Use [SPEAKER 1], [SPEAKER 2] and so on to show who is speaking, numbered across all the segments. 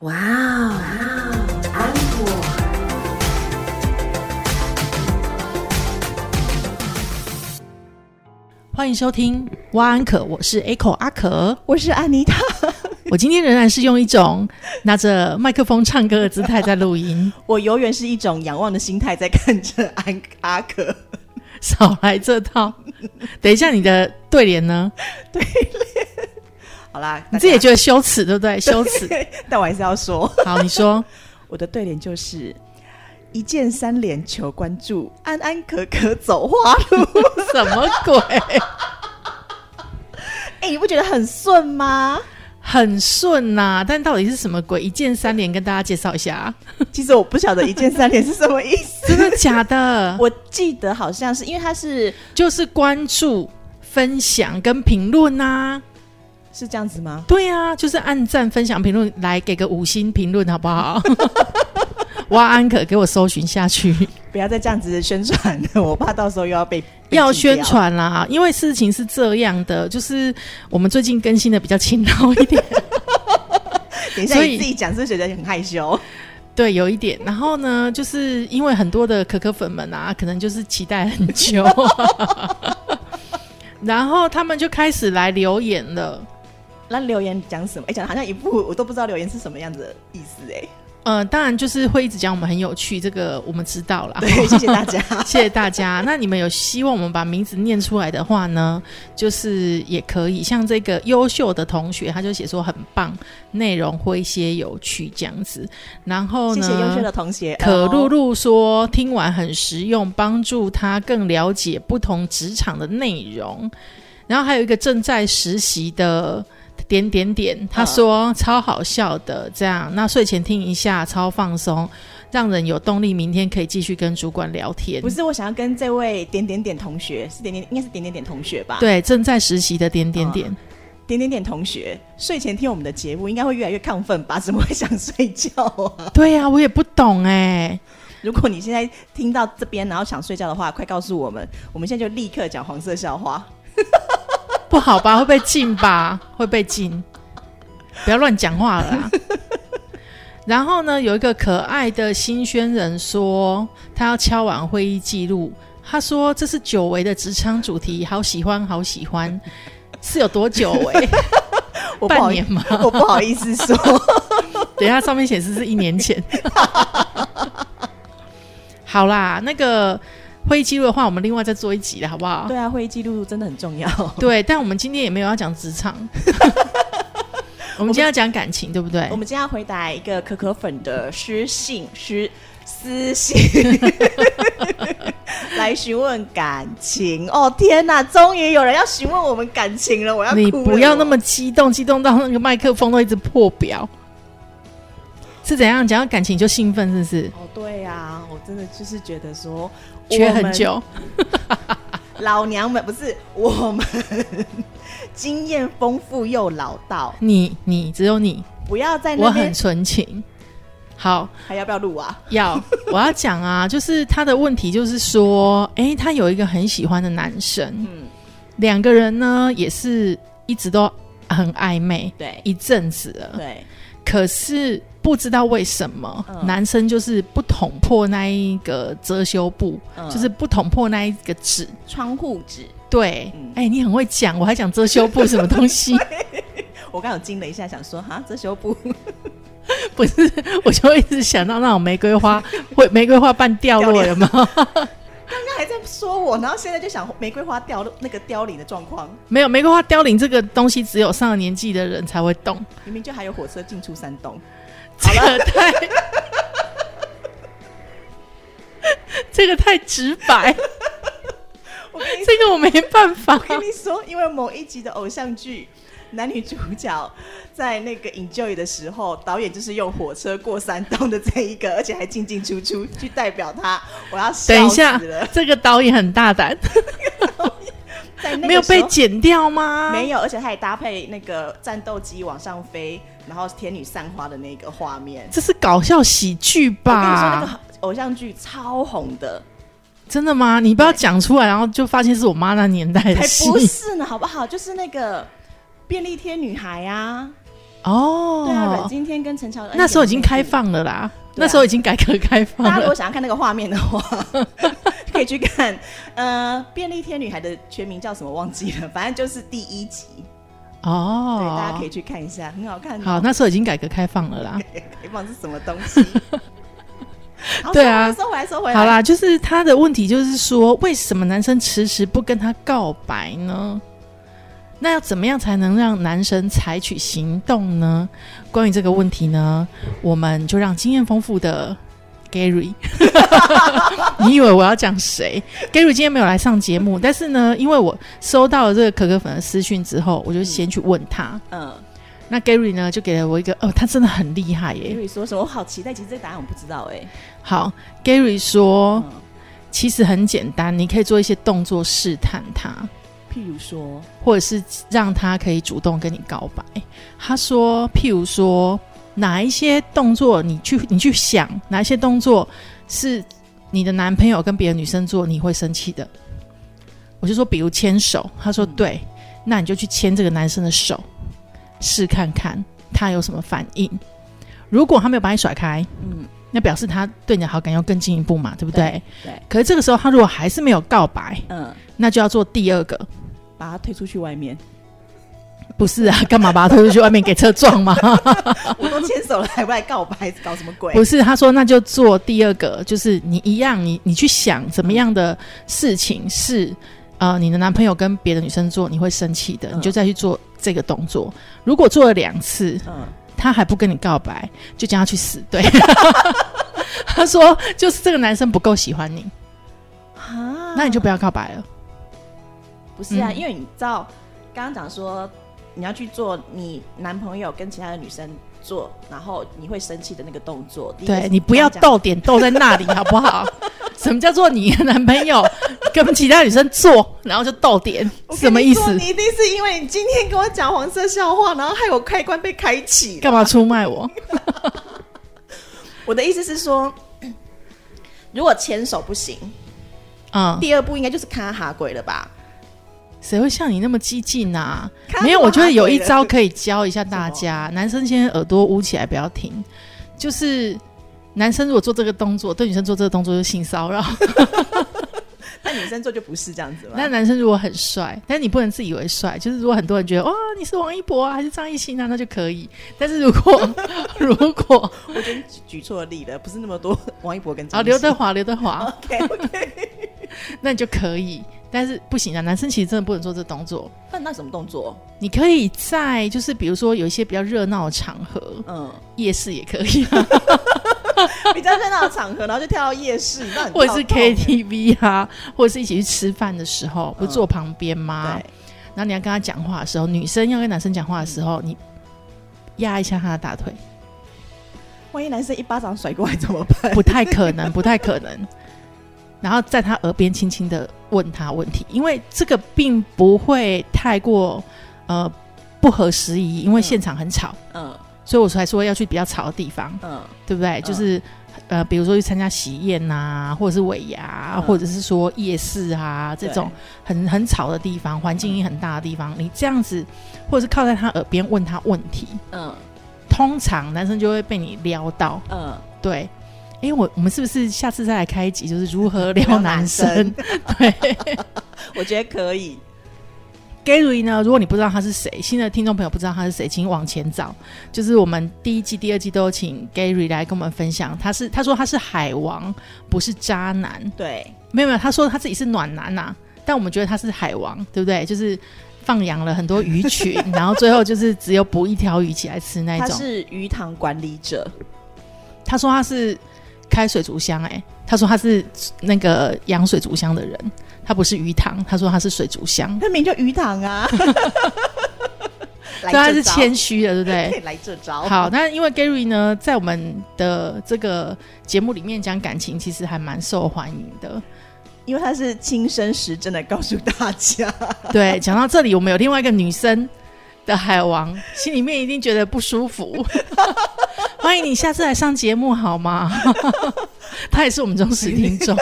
[SPEAKER 1] 哇哦，安妥。
[SPEAKER 2] 欢迎收听挖安可，我是 Echo 阿可。
[SPEAKER 3] 我是安妮塔，
[SPEAKER 2] 我今天仍然是用一种 拿着麦克风唱歌的姿态在录 音，
[SPEAKER 3] 我永远是一种仰望的心态在看着安阿可。
[SPEAKER 2] 少来这套。等一下，你的对联呢？
[SPEAKER 3] 好啦，
[SPEAKER 2] 你自己也
[SPEAKER 3] 就，
[SPEAKER 2] 觉得羞耻，对不 对？羞耻。
[SPEAKER 3] 但我还是要说，
[SPEAKER 2] 好，你 说。
[SPEAKER 3] 我的对联就是一键三连求关注，安安可可走花 路。
[SPEAKER 2] 什么鬼？
[SPEAKER 3] 哎、你不觉得很顺吗？
[SPEAKER 2] 很顺呐、但到底是什么鬼？一键三连跟大家介绍一 下，
[SPEAKER 3] 其实我不晓得一键三连是什么意思。
[SPEAKER 2] 真的假的？
[SPEAKER 3] 我记得好像是因为它是
[SPEAKER 2] 就是关注、分享跟评论啊呐。
[SPEAKER 3] 是这样子吗？
[SPEAKER 2] 对啊，就是按赞、分享、评论，来给个五星评论好不好？挖安可给我搜寻下去，
[SPEAKER 3] 不要再这样子宣传了，我怕到时候又要被被
[SPEAKER 2] 要
[SPEAKER 3] 禁掉
[SPEAKER 2] 宣传啦，因为事情是这样的，就是我们最近更新的比较勤劳一点，
[SPEAKER 3] 等一下
[SPEAKER 2] 所以
[SPEAKER 3] 你自己讲，是不是觉得很害羞？
[SPEAKER 2] 对，有一点。然后呢，就是因为很多的可可粉们啊，可能就是期待很久， 然后他们就开始来留言了。
[SPEAKER 3] 那留言讲什么？哎、讲得好像一部我都不知道留言是什么样子的意思哎、
[SPEAKER 2] 呃，当然就是会一直讲我们很有趣，这个我们知道啦。
[SPEAKER 3] 对，谢谢 大家。
[SPEAKER 2] 谢谢大家。那你们有希望我们把名字念出来的话呢，就是也可以。像这个优秀的同学，他就写说很棒，内容诙谐有趣这样子。然后
[SPEAKER 3] 谢
[SPEAKER 2] 呢，
[SPEAKER 3] 谢优秀的同学
[SPEAKER 2] 可露露说，听完很实用，帮助他更了解不同职场的内容。然后还有一个正在实习的点点点，他
[SPEAKER 3] 嗯
[SPEAKER 2] 说、超好笑的，这样那睡前听一下，超放松，让人有动力，明天可以继续跟主管聊天
[SPEAKER 3] 不。是我想要跟这位点点点同学，是点点应该是点点点同学吧？，
[SPEAKER 2] 对，正在实习的点点点，
[SPEAKER 3] 点点点同学睡前听我们的节目，应该会越来越亢奋吧？ 怎么会想睡觉啊？
[SPEAKER 2] 对呀、我也不懂哎、
[SPEAKER 3] 如果你现在听到这边，然后想睡觉的话，快告诉我们，我们现在就立刻讲黄色笑话。
[SPEAKER 2] 不好吧？会被禁 吧？会被禁？不要乱讲话了啦。然后呢，有一个可爱的新轩人说，他要敲完会议记录。他说这是久违的职场主题，好喜欢，好喜 欢。是有多久违？
[SPEAKER 3] 我不
[SPEAKER 2] 半
[SPEAKER 3] 好意
[SPEAKER 2] 年吗？
[SPEAKER 3] 我不好意思说，
[SPEAKER 2] 等一下，上面显示是一年 前。好啦，那个会议记录的话，我们另外再做一集了，好不好？
[SPEAKER 3] 对啊，会议记录真的很重要。
[SPEAKER 2] 对，但我们今天也没有要讲职 场，我们今天要讲感情，对不对
[SPEAKER 3] 我？们今天要回答一个可可粉的私信，私私信来询问感情。哦天哪，终于有人要询问我们感情了，我要哭了
[SPEAKER 2] 你不要那么激动，激动到那个麦克风都一直破表，是怎样？讲到感情就兴奋，是不是？
[SPEAKER 3] 哦，对啊，我真的就是觉得说，
[SPEAKER 2] 缺很，久，
[SPEAKER 3] 老娘们不是我们经验丰富又老道，
[SPEAKER 2] 你你只有你，
[SPEAKER 3] 不要在
[SPEAKER 2] 我
[SPEAKER 3] 那
[SPEAKER 2] 很
[SPEAKER 3] 边
[SPEAKER 2] 纯情。好，
[SPEAKER 3] 还要不要录啊？
[SPEAKER 2] 要我要讲啊，就是他的问题就是说，诶，他有一个很喜欢的男生，
[SPEAKER 3] 嗯，
[SPEAKER 2] 两个人呢也是一直都很暧昧
[SPEAKER 3] 对
[SPEAKER 2] 一阵子了，
[SPEAKER 3] 对，
[SPEAKER 2] 可是不知道为什么，
[SPEAKER 3] 嗯
[SPEAKER 2] 男生就是不捅破那一个遮羞布，
[SPEAKER 3] 嗯
[SPEAKER 2] 就是不捅破那一个纸。
[SPEAKER 3] 窗户纸，
[SPEAKER 2] 对，哎、
[SPEAKER 3] 嗯
[SPEAKER 2] 你很会讲，我还讲遮羞布什么东 西？
[SPEAKER 3] 我刚有惊了一下，想说哈，遮羞布
[SPEAKER 2] 不是，我就一直想到那种玫瑰 花，会玫瑰花瓣掉落了吗？
[SPEAKER 3] 他还在说我，然后现在就想玫瑰花凋那个凋零的状况，
[SPEAKER 2] 没有，玫瑰花凋零这个东西，只有上了年纪的人才会懂。
[SPEAKER 3] 明明就还有火车进出山洞，
[SPEAKER 2] 这个太， 这个太直 白，
[SPEAKER 3] 我跟你
[SPEAKER 2] 这个我没办法。
[SPEAKER 3] 我跟你说，因为某一集的偶像剧。男女主角在那个 enjoy 的时候，导演就是用火车过山洞的这一个，而且还进进出出，去代表他。我要笑
[SPEAKER 2] 等一
[SPEAKER 3] 死
[SPEAKER 2] 下
[SPEAKER 3] 了，，
[SPEAKER 2] 这个导演很大胆，
[SPEAKER 3] 在那个
[SPEAKER 2] 没有被
[SPEAKER 3] 时候
[SPEAKER 2] 剪掉吗？
[SPEAKER 3] 没有，而且他还搭配那个战斗机往上飞，然后天女散花的那个画面。
[SPEAKER 2] 这是搞笑喜剧
[SPEAKER 3] 我跟你说，
[SPEAKER 2] 吧？
[SPEAKER 3] 那个偶像剧超红的，
[SPEAKER 2] 真的吗？你不要讲出来，然后就发现是我妈那年代的
[SPEAKER 3] 才
[SPEAKER 2] 戏
[SPEAKER 3] 不。是呢，好不好？就是那个便利贴女孩啊，
[SPEAKER 2] 哦，
[SPEAKER 3] 对啊，阮经天跟陈乔恩
[SPEAKER 2] 那时候已经开
[SPEAKER 3] 演的
[SPEAKER 2] 放了啦，
[SPEAKER 3] 对啊
[SPEAKER 2] 那时候已经改革开放
[SPEAKER 3] 大家如
[SPEAKER 2] 了
[SPEAKER 3] 果。想要看那个画面的话， 可以去看。呃，便利贴女孩的全名叫什么忘记了，反正就是第一集，对，大家
[SPEAKER 2] 哦
[SPEAKER 3] 可以，去看一下，很好看、哦。
[SPEAKER 2] 好，那时候已经改革开放了啦。
[SPEAKER 3] 开放是什么东西？好
[SPEAKER 2] 对啊
[SPEAKER 3] 收回来，收回来，收回来。
[SPEAKER 2] 好，啦，就是他的问题就是说，为什么男生迟迟不跟他告白呢？那要怎么样才能让男生采取行动呢？关于这个问题呢，我们就让经验丰富的 Gary，你以为我要讲谁？Gary 今天没有来上节目，但是呢，因为我收到了这个可可粉的私讯之后，我就先去问他。
[SPEAKER 3] 嗯，
[SPEAKER 2] 那 Gary 呢，就给了我一个，哦，他真的很厉害耶
[SPEAKER 3] 因。为说什么？我好期待，其实这个答案我不知道哎、
[SPEAKER 2] 好，Gary 说，
[SPEAKER 3] 嗯
[SPEAKER 2] 其实很简单，你可以做一些动作试探他，
[SPEAKER 3] 譬如说，
[SPEAKER 2] 或者是让他可以主动跟你告白。他说，譬如说哪一些动作，你去你去想哪一些动作是你的男朋友跟别的女生做你会生气的。我就说，比如牵手，他
[SPEAKER 3] 嗯
[SPEAKER 2] 说、对，那你就去牵这个男生的手，试看看他有什么反应。如果他没有把你甩开，
[SPEAKER 3] 嗯，
[SPEAKER 2] 那表示他对你的好感要更进一步嘛，对不对？
[SPEAKER 3] 对，
[SPEAKER 2] 可是这个时候，他如果还是没有告白，
[SPEAKER 3] 嗯，
[SPEAKER 2] 那就要做第二个。
[SPEAKER 3] 把他推出去外 面，
[SPEAKER 2] 不是啊，干嘛把他推出去外面给车撞 吗？
[SPEAKER 3] 我都牵手了，还不来告白，搞什么鬼？
[SPEAKER 2] 不是，他说那就做第二个，就是你一样，你你去想怎么样的事情是呃你的男朋友跟别的女生做你会生气的，
[SPEAKER 3] 嗯
[SPEAKER 2] 你就再去做这个动作。如果做了两次，
[SPEAKER 3] 嗯，
[SPEAKER 2] 他还不跟你告白，就叫他去死。 对，他说就是这个男生不够喜欢你，
[SPEAKER 3] 啊
[SPEAKER 2] 那你就不要告白了。
[SPEAKER 3] 不是啊，
[SPEAKER 2] 嗯
[SPEAKER 3] 因为你知道，刚刚讲说你要去做你男朋友跟其他的女生做，然后你会生气的那个动作。第一个
[SPEAKER 2] 对
[SPEAKER 3] 是
[SPEAKER 2] 你不要
[SPEAKER 3] 刚刚讲
[SPEAKER 2] 逗点逗在那里，好不 好？什么叫做你的男朋友跟其他女生做，然后就逗点，
[SPEAKER 3] 我跟
[SPEAKER 2] 什么
[SPEAKER 3] 你
[SPEAKER 2] 意
[SPEAKER 3] 说
[SPEAKER 2] 思？
[SPEAKER 3] 你一定是因为你今天跟我讲黄色笑话，然后害我开关被开启。
[SPEAKER 2] 干嘛出卖我？
[SPEAKER 3] 我的意思是说， 如果牵手不行，
[SPEAKER 2] 嗯，
[SPEAKER 3] 第二步应该就是看哈鬼了吧？
[SPEAKER 2] 谁会像你那么激进啊？
[SPEAKER 3] 看
[SPEAKER 2] 没有，
[SPEAKER 3] 哈
[SPEAKER 2] 我觉得有
[SPEAKER 3] 鬼
[SPEAKER 2] 一
[SPEAKER 3] 了
[SPEAKER 2] 招可以教一下大家，男生先耳朵捂起来，不要听。就是男生如果做这个动作，对女生做这个动作就是性骚 扰。
[SPEAKER 3] 那女生做就不是这样子吗？
[SPEAKER 2] 那男生如果很帅，但你不能自以为帅，就是如果很多人觉得哇哦你是王一博啊，还是张艺兴啊，那就可以。但是如 果如果
[SPEAKER 3] 我觉得举举错例了，不是那么多王一博跟
[SPEAKER 2] 啊
[SPEAKER 3] 张艺兴
[SPEAKER 2] 刘德。华刘德华，
[SPEAKER 3] OK OK，
[SPEAKER 2] 那你就可以。但是不行啊，男生其实真的不能做这动作。
[SPEAKER 3] 那 那什么动作？
[SPEAKER 2] 你可以在就是比如说有一些比较热闹的场合，
[SPEAKER 3] 嗯，
[SPEAKER 2] 夜市也可 以、啊，
[SPEAKER 3] 比较热闹的场合，然后就跳到夜市，那你
[SPEAKER 2] 或者是
[SPEAKER 3] 跳动
[SPEAKER 2] KTV 啊，或者是一起去吃饭的时候，不是坐旁边吗？
[SPEAKER 3] 嗯对，
[SPEAKER 2] 然后你要跟他讲话的时候，女生要跟男生讲话的时候，你压一下他的大腿，
[SPEAKER 3] 万一男生一巴掌甩过来怎么办？
[SPEAKER 2] 不太可 能，不太可能。然后在他耳边轻轻的问他问题，因为这个并不会太过呃不合时宜，因为
[SPEAKER 3] 嗯
[SPEAKER 2] 现场很吵。
[SPEAKER 3] 嗯
[SPEAKER 2] 所以我才说要去比较吵的地方，
[SPEAKER 3] 嗯
[SPEAKER 2] 对不对？就是呃，比如说去参加喜宴呐、或者是尾牙啊、
[SPEAKER 3] 嗯
[SPEAKER 2] 或者是说夜市啊这
[SPEAKER 3] 对
[SPEAKER 2] 种很很吵的地方，环境音很大的地方，你这样子，或者是靠在他耳边问他问题，
[SPEAKER 3] 嗯
[SPEAKER 2] 通常男生就会被你撩到。
[SPEAKER 3] 嗯，
[SPEAKER 2] 对，诶，我我们是不是下次再来开一集，就是如何撩
[SPEAKER 3] 撩
[SPEAKER 2] 男
[SPEAKER 3] 男
[SPEAKER 2] 生
[SPEAKER 3] 生？
[SPEAKER 2] 对
[SPEAKER 3] 我觉得可以。
[SPEAKER 2] ，Gary 呢？如果你不知道他是谁，新的听众朋友不知道他是谁，请往前找。就是我们第一季、第二季都有请 Gary 来跟我们分享，他是他说他是海王，不是渣男。
[SPEAKER 3] 对，
[SPEAKER 2] 没有没有，他说他自己是暖男呐、但我们觉得他是海王，对不对？就是放养了很多鱼群，然后最后就是只有捕一条鱼起来吃那一
[SPEAKER 3] 他
[SPEAKER 2] 种。
[SPEAKER 3] 是鱼塘管理者，
[SPEAKER 2] 他说他是开水族箱、欸，他说他是那个养水族箱的人，他不是鱼塘，他说他是水族箱，
[SPEAKER 3] 他名就鱼塘啊。
[SPEAKER 2] 所
[SPEAKER 3] 来
[SPEAKER 2] 以他
[SPEAKER 3] 这
[SPEAKER 2] 是
[SPEAKER 3] 招，
[SPEAKER 2] 谦虚的，对不对？
[SPEAKER 3] 来这招。
[SPEAKER 2] 好，那因为 Gary 呢，在我们的这个节目里面讲感情，其实还蛮受欢迎的。
[SPEAKER 3] 因为他是亲身实证的告诉大 家，
[SPEAKER 2] 对，讲到这里，我们有另外一个女生的海王，心里面一定觉得不舒服。欢迎你下次来上节目好吗？ 她也是我们忠实听众。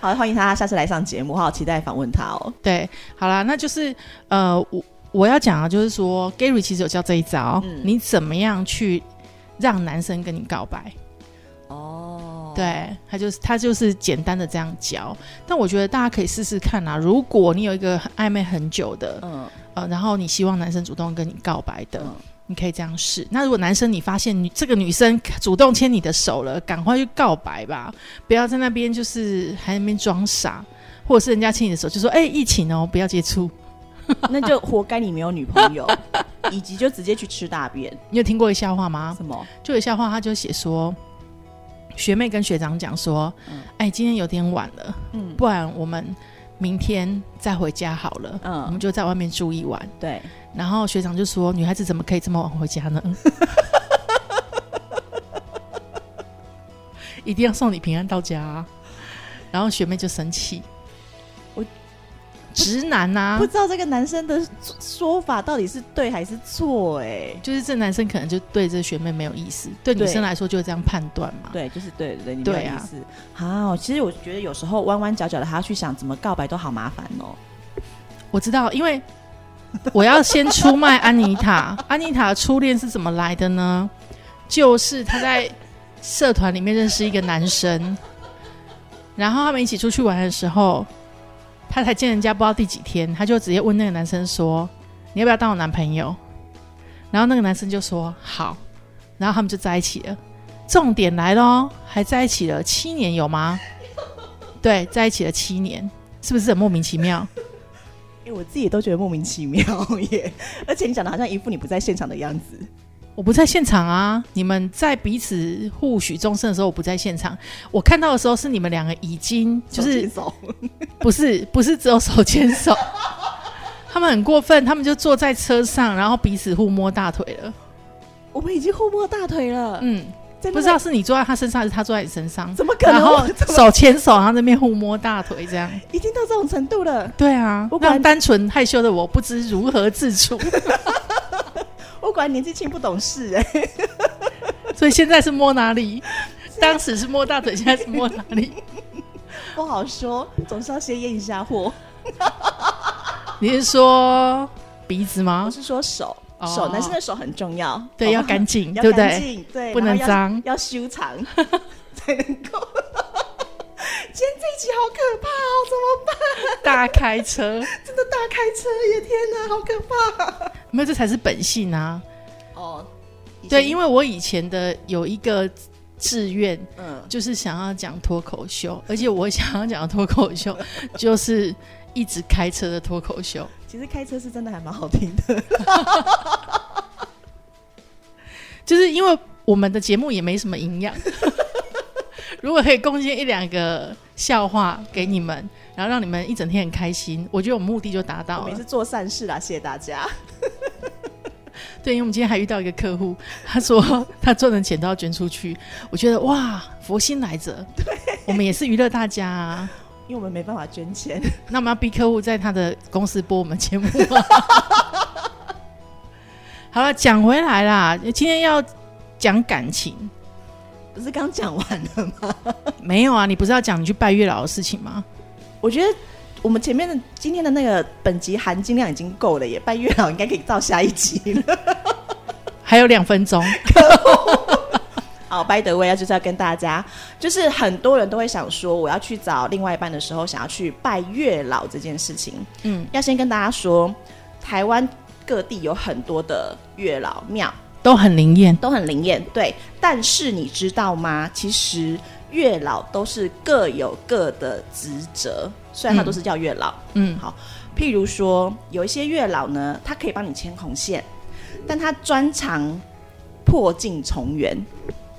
[SPEAKER 3] 好，欢迎他下次来上节目，好好期待访问他哦。
[SPEAKER 2] 对，好啦，那就是呃，我我要讲的就是说，Gary 其实有教这一招，
[SPEAKER 3] 嗯
[SPEAKER 2] 你怎么样去让男生跟你告白？
[SPEAKER 3] 哦，
[SPEAKER 2] 对他就是他就是简单的这样教，但我觉得大家可以试试看啊。如果你有一个暧昧很久的，
[SPEAKER 3] 嗯，
[SPEAKER 2] 呃，然后你希望男生主动跟你告白的，
[SPEAKER 3] 嗯
[SPEAKER 2] 你可以这样试。那如果男生你发现女这个女生主动牵你的手了，赶快去告白吧，不要在那边就是还在那边装傻，或者是人家牵你的手就说：“哎、疫情哦，不要接触。
[SPEAKER 3] 那就活该你没有女朋友，以及就直接去吃大便，”
[SPEAKER 2] 你有听过一个笑话吗？
[SPEAKER 3] 什么？
[SPEAKER 2] 就有笑话，他就写说，学妹跟学长讲说，
[SPEAKER 3] 嗯
[SPEAKER 2] 哎、今天有点晚了，
[SPEAKER 3] 嗯
[SPEAKER 2] 不然我们明天再回家好了，
[SPEAKER 3] 嗯
[SPEAKER 2] 我们就在外面住一晚。
[SPEAKER 3] 对，
[SPEAKER 2] 然后学长就说，女孩子怎么可以这么晚回家呢？ 一定要送你平安到家、啊。然后学妹就生气，
[SPEAKER 3] 我
[SPEAKER 2] 直男啊呐、
[SPEAKER 3] 不知道这个男生的说说法到底是对还是错、哎，
[SPEAKER 2] 就是这男生可能就对这学妹没有意思，对女
[SPEAKER 3] 对
[SPEAKER 2] 生来说就是这样判断嘛。
[SPEAKER 3] 对，就是对对对，你没有
[SPEAKER 2] 对
[SPEAKER 3] 意
[SPEAKER 2] 啊
[SPEAKER 3] 思。好，其实我觉得有时候弯弯角角的，还要去想怎么告白，都好麻烦哦。
[SPEAKER 2] 我知道，因为我要先出卖安妮塔。安妮塔的初恋是怎么来的呢？就是她在社团里面认识一个男生，然后他们一起出去玩的时候，她才见人家不知道第几天，她就直接问那个男生说：“你要不要当我男朋友？”然后那个男生就说：“好。”然后他们就在一起了。重点来喽，还在一起了七年有吗？对，在一起了七年，是不是很莫名其妙？
[SPEAKER 3] 哎、我自己都觉得莫名其妙 耶，而且你讲的好像一副你不在现场的样子。
[SPEAKER 2] 我不在现场啊，你们在彼此互许终身的时候，我不在现场。我看到的时候是你们两个已经就
[SPEAKER 3] 手
[SPEAKER 2] 是
[SPEAKER 3] 牵手，
[SPEAKER 2] 不是不是只有手牵手，他们很过分，他们就坐在车上，然后彼此互摸大腿了。
[SPEAKER 3] 我们已经互摸大腿了，
[SPEAKER 2] 嗯，
[SPEAKER 3] 在那
[SPEAKER 2] 不知道是你坐在他身上还是他坐在你身上，
[SPEAKER 3] 怎么可
[SPEAKER 2] 然
[SPEAKER 3] 能
[SPEAKER 2] 后
[SPEAKER 3] 我怎么
[SPEAKER 2] 手牵手，然后在那边互摸大腿这样。
[SPEAKER 3] 已经到这种程度了。
[SPEAKER 2] 对啊
[SPEAKER 3] 我，管
[SPEAKER 2] 让单纯害羞的我不知如何自处，
[SPEAKER 3] 我果然年纪轻不懂事哎、
[SPEAKER 2] 所以现在是摸哪里？当时是摸大腿，现在是摸哪里？
[SPEAKER 3] 不好说，总是要先验一下货。
[SPEAKER 2] 你是说鼻子吗
[SPEAKER 3] 我？是说手，
[SPEAKER 2] 哦
[SPEAKER 3] 手男生的手很重要，
[SPEAKER 2] 对，要
[SPEAKER 3] 好不好
[SPEAKER 2] 干净，
[SPEAKER 3] 哦要
[SPEAKER 2] 对不
[SPEAKER 3] 干
[SPEAKER 2] 对？
[SPEAKER 3] 净，对，
[SPEAKER 2] 不能
[SPEAKER 3] 然后要
[SPEAKER 2] 脏
[SPEAKER 3] 要修长 才能够。今天这一集好可怕哦，怎么办？
[SPEAKER 2] 大开车，
[SPEAKER 3] 真的大开车耶！天哪，好可怕！
[SPEAKER 2] 没有，这才是本性啊！
[SPEAKER 3] 哦，以前
[SPEAKER 2] 对，因为我以前的有一个志愿，
[SPEAKER 3] 嗯，
[SPEAKER 2] 就是想要讲脱口秀，而且我想要讲的脱口秀就是一直开车的脱口秀。
[SPEAKER 3] 其实开车是真的还蛮好听的。
[SPEAKER 2] 就是因为我们的节目也没什么营 养，如果可以贡献一两个笑话给你们，然后让你们一整天很开心，我觉得我们目的就达
[SPEAKER 3] 我
[SPEAKER 2] 到
[SPEAKER 3] 们也
[SPEAKER 2] 了
[SPEAKER 3] 是。做善事啦，谢谢大家。
[SPEAKER 2] 对，因为我们今天还遇到一个客户，他说他赚的钱都要捐出去，我觉得哇，佛心来着。我们也是娱乐大家、啊。
[SPEAKER 3] 因为我们没办法捐钱，
[SPEAKER 2] 那我们要逼客户在他的公司播我们节目吗？ 好了，讲回来啦，今天要讲感情，
[SPEAKER 3] 不是刚讲完了吗？
[SPEAKER 2] 没有啊？你不是要讲你去拜月老的事情吗？
[SPEAKER 3] 我觉得我们前面的今天的那个本集含金量已经够了耶，拜月老应该可以到下一集了。
[SPEAKER 2] 还有两分钟，
[SPEAKER 3] 好，拜德威要就是要跟大家，就是很多人都会想说，我要去找另外一半的时候，想要去拜月老这件事情，
[SPEAKER 2] 嗯，
[SPEAKER 3] 要先跟大家说，台湾各地有很多的月老庙
[SPEAKER 2] 都很灵验。
[SPEAKER 3] 都很灵验，对。但是你知道吗？其实月老都是各有各的职责，虽然他都是叫月老，
[SPEAKER 2] 嗯，
[SPEAKER 3] 好，譬如说有一些月老呢，他可以帮你牵红线，但他专长破镜重圆。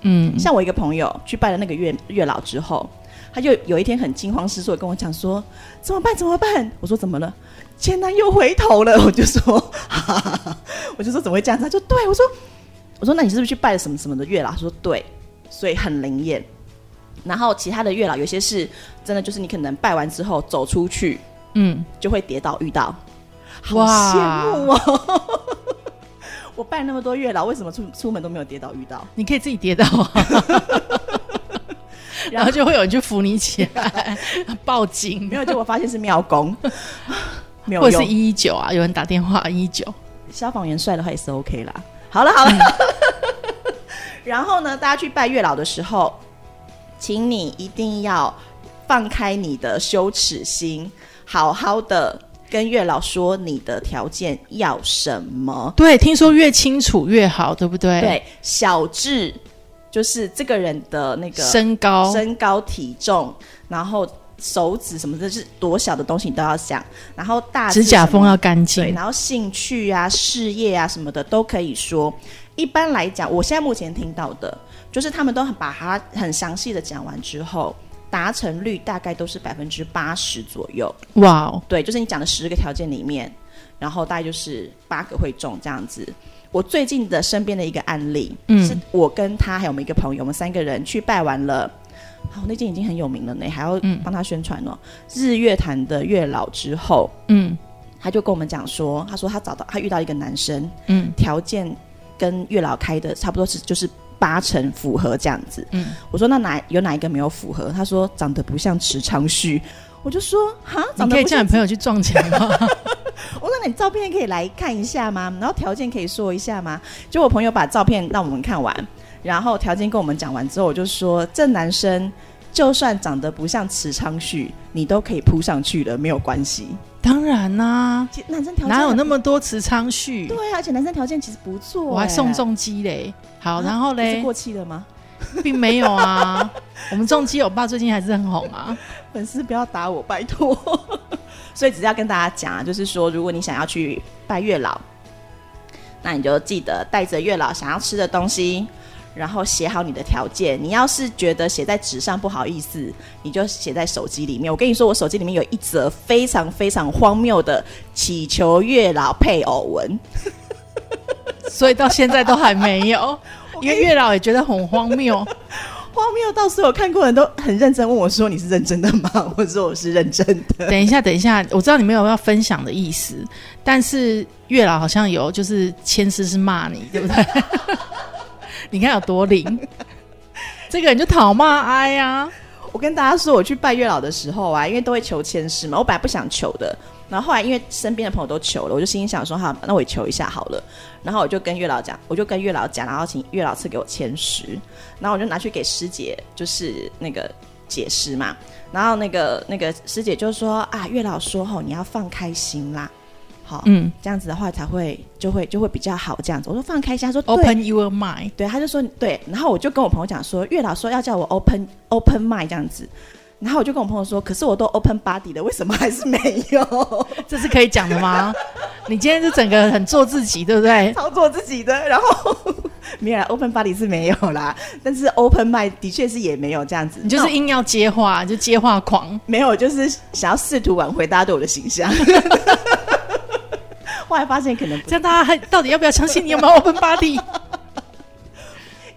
[SPEAKER 2] 嗯，
[SPEAKER 3] 像我一个朋友去拜了那个月月老之后，他就有一天很惊慌失措地跟我讲说：“怎么办？怎么办？”我说：“怎么了？”前男友回头了，我就说，哈哈哈，我就说怎么会这样子？他就对我说，我说那你是不是去拜了什么什么的月老？他说对，所以很灵验。然后其他的月老有些是真的，就是你可能拜完之后走出去，
[SPEAKER 2] 嗯，
[SPEAKER 3] 就会跌倒遇到。好
[SPEAKER 2] 哇
[SPEAKER 3] 羡慕哦！ 我拜那么多月老，为什么出出门都没有跌倒遇到？
[SPEAKER 2] 你可以自己跌倒、 啊，然后就会有人去扶你起来，报警
[SPEAKER 3] 没。有，结果发现是庙公。没 有
[SPEAKER 2] 或者是
[SPEAKER 3] 用。
[SPEAKER 2] 一一九啊，有人打电话一一九，
[SPEAKER 3] 消防员帅的话也是 OK 啦。 好了好了，然后呢，大家去拜月老的时候，请你一定要放开你的羞耻心，好好的跟月老说你的条件要什么。
[SPEAKER 2] 对，听说越清楚越好，对不对？，
[SPEAKER 3] 对，小智就是这个人的那个
[SPEAKER 2] 身高，
[SPEAKER 3] 身高、体重，然后手指什么的，就是多小的东西你都要想。然后大致
[SPEAKER 2] 指甲
[SPEAKER 3] 什么
[SPEAKER 2] 缝啊要干
[SPEAKER 3] 对，
[SPEAKER 2] 净，
[SPEAKER 3] 然后兴趣啊、事业啊什么的都可以说。一般来讲，我现在目前听到的，就是他们都很把它很详细的讲完之后，达成率大概都是百分之八十左右。
[SPEAKER 2] 哇哦，
[SPEAKER 3] 对，就是你讲的十个条件里面，然后大概就是八个会中这样子。我最近的身边的一个案例，
[SPEAKER 2] 嗯
[SPEAKER 3] 是我跟他还有我们一个朋友，我们三个人去拜完了。好、那间已经很有名了呢，还要
[SPEAKER 2] 嗯
[SPEAKER 3] 帮他宣传哦。日月潭的月老之后，
[SPEAKER 2] 嗯
[SPEAKER 3] 他就跟我们讲说，他说他找到他遇到一个男生，
[SPEAKER 2] 嗯
[SPEAKER 3] 条件跟月老开的差不多是就是八成符合这样子。
[SPEAKER 2] 嗯，
[SPEAKER 3] 我说那哪有哪一个没有符合？他说长得不像池昌旭。我就说哈，长
[SPEAKER 2] 你
[SPEAKER 3] 得
[SPEAKER 2] 可以
[SPEAKER 3] 不
[SPEAKER 2] 叫
[SPEAKER 3] 像
[SPEAKER 2] 你朋友去撞墙 吗？
[SPEAKER 3] 我说那你照片可以来看一下吗？然后条件可以说一下吗？就我朋友把照片让我们看完，然后条件跟我们讲完之后，我就说这男生就算长得不像池昌旭，你都可以扑上去了，没有关系。
[SPEAKER 2] 当然啦、
[SPEAKER 3] 其实男生条件
[SPEAKER 2] 哪有那
[SPEAKER 3] 么
[SPEAKER 2] 么多持仓蓄？
[SPEAKER 3] 对啊？而且男生条件其实不错、
[SPEAKER 2] 我还送
[SPEAKER 3] 哎
[SPEAKER 2] 重机嘞。好，
[SPEAKER 3] 啊
[SPEAKER 2] 然后
[SPEAKER 3] 不是
[SPEAKER 2] 嘞，
[SPEAKER 3] 过 气了吗？
[SPEAKER 2] 并没有啊。我们重机欧巴最近还是很红啊。
[SPEAKER 3] 粉丝不要打我，拜托。 所以只是要跟大家讲啊，就是说，如果你想要去拜月老，那你就记得带着月老想要吃的东西，然后写好你的条件。你要是觉得写在纸上不好意思，你就写在手机里面。我跟你说，我手机里面有一则非常非常荒谬的祈求月老配偶文。
[SPEAKER 2] 所以到现在都还没有，因为月老也觉得很荒谬。
[SPEAKER 3] 荒谬到所有看过的人都很认真问我说：“你是认真的吗？”我说：“我是认真的。
[SPEAKER 2] 等一下，等一下，我知道你没有要分享的意思，但是月老好像有，就是千丝是骂你，对不对？你看有多灵，这个人就讨骂哀啊。”
[SPEAKER 3] 我跟大家说，我去拜月老的时候啊，因为都会求签诗嘛，我本来不想求的，然后后来因为身边的朋友都求了，我就心里想说，好，那我也求一下好了。然后我就跟月老讲，我就跟月老讲，然后请月老赐给我签诗，然后我就拿去给师姐，就是那个解释嘛。然后那个那个师姐就说啊，月老说吼，你要放开心啦，好，
[SPEAKER 2] 嗯
[SPEAKER 3] 这样子的话才会就会就会比较好这样子。我说放开心，她说对。啊
[SPEAKER 2] ，Open your mind。
[SPEAKER 3] 对，他就说对，然后我就跟我朋友讲说，月老说要叫我 open open mind 这样子，然后我就跟我朋友说，可是我都 open body 了，为什么还是没有
[SPEAKER 2] 这是可以讲的吗？你今天就整个很做自己，对不对？
[SPEAKER 3] 操作自己的？然后没有啦，open body 是没有啦，但是 open mind 的确是也没有这样子，
[SPEAKER 2] 你就是硬要接话，就接话狂。
[SPEAKER 3] 没有，就是想要试图挽回大家对我的形象。 后来发现可能不
[SPEAKER 2] 这样大家还到底要不要相信你有没有 open body？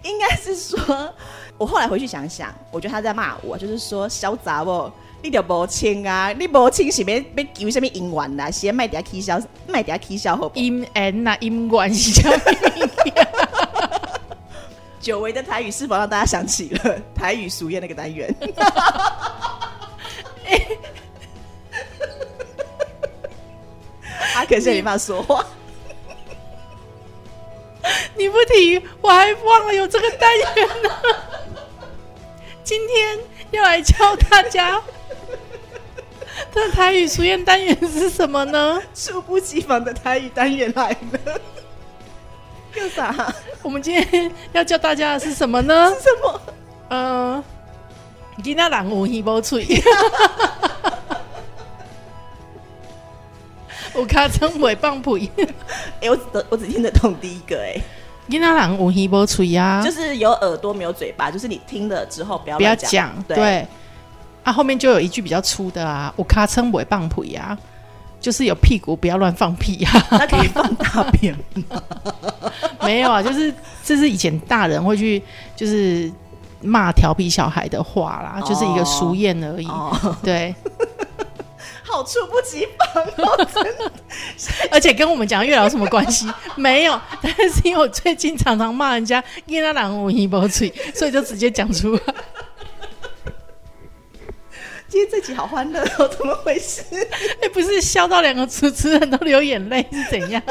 [SPEAKER 3] 应该是说，我后来回去想想，我觉得他在骂我，就是说小杂哦，你就无清啊，你无清是咩咩求什么姻缘啦，先卖点啊起销，卖点啊起 销好不好？
[SPEAKER 2] 阴 n 呐，阴关系这样。
[SPEAKER 3] 久违的台语是否让大家想起了台语俗谚那个单元？阿啊可是没办法说话，
[SPEAKER 2] 你不提，我还忘了有这个单元呢。今天要来教大家，这台语熟谚单元是什么呢？
[SPEAKER 3] 猝不及防的台语单元来了，又啥、
[SPEAKER 2] 我们今天要教大家的是什么呢？
[SPEAKER 3] 什么？
[SPEAKER 2] 嗯，今仔人有耳无嘴， 有尻川袂放屁。
[SPEAKER 3] 哎、我只我只听得懂第一个哎、
[SPEAKER 2] 今仔人有耳无嘴啊，
[SPEAKER 3] 就是有耳朵没有嘴巴，就是你听了之后不要
[SPEAKER 2] 不要
[SPEAKER 3] 乱
[SPEAKER 2] 讲
[SPEAKER 3] 对，
[SPEAKER 2] 对。啊，后面就有一句比较粗的啊，有尻川袂放屁啊，就是有屁股不要乱放屁啊。
[SPEAKER 3] 那可以放大便。
[SPEAKER 2] 没有啊，就是这是以前大人会去就是骂调皮小孩的话啦，就是一个
[SPEAKER 3] 哦
[SPEAKER 2] 俗谚而已。
[SPEAKER 3] 哦，
[SPEAKER 2] 对，
[SPEAKER 3] 好猝不及防哦，真的
[SPEAKER 2] 而且跟我们讲月老有什么关系？ 没有，但是因为我最近常常骂人家“伊拉郎无一包嘴”，所以就直接讲出来。
[SPEAKER 3] 今天这集好欢乐哦，怎么回事？
[SPEAKER 2] 哎、不是笑到两个主持人都流眼泪是怎样？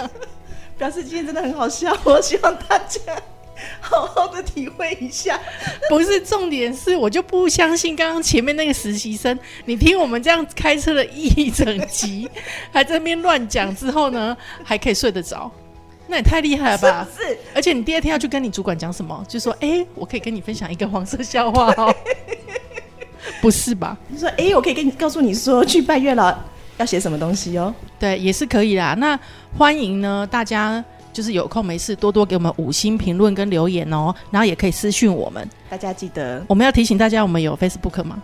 [SPEAKER 3] 表示今天真的很好笑，我希望大家好好的体会一下。
[SPEAKER 2] 不是重点是，我就不相信刚刚前面那个实习生，你听我们这样开车了一整集，还在那边乱讲之后呢，还可以睡得着，那也太厉害了吧！
[SPEAKER 3] 是不是
[SPEAKER 2] 而且你第二天要去跟你主管讲什么？就说：“哎、我可以跟你分享一个黄色笑话哦。”不是吧？
[SPEAKER 3] 你说，哎、我可以跟你告诉你说，去拜月老要写什么东西哦。
[SPEAKER 2] 对，也是可以啦。那欢迎呢，大家就是有空没事多多给我们五星评论跟留言哦，然后也可以私讯我们。
[SPEAKER 3] 大家记得，
[SPEAKER 2] 我们要提醒大家，我们有 Facebook 吗？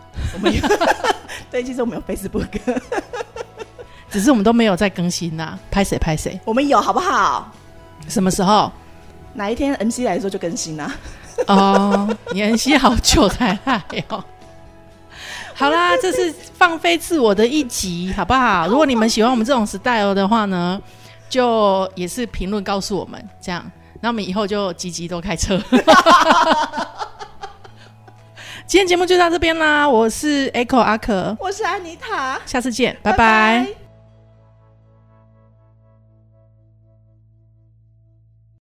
[SPEAKER 3] 对，其实我们有 Facebook，
[SPEAKER 2] 只是我们都没有在更新啦。拍谁拍谁？
[SPEAKER 3] 我们有好不好？
[SPEAKER 2] 什么时候？
[SPEAKER 3] 哪一天 MC 来的时候就更新啦、
[SPEAKER 2] 哦，年息好久才来哦。好啦，这是放飞自我的一集，好不好？如果你们喜欢我们这种 style 的话呢，就也是评论告诉我们，这样，那我们以后就集集都开车。 今天节目就到这边啦，我是 Echo 阿可，
[SPEAKER 3] 我是安妮塔，
[SPEAKER 2] 下次见，拜拜。
[SPEAKER 3] 拜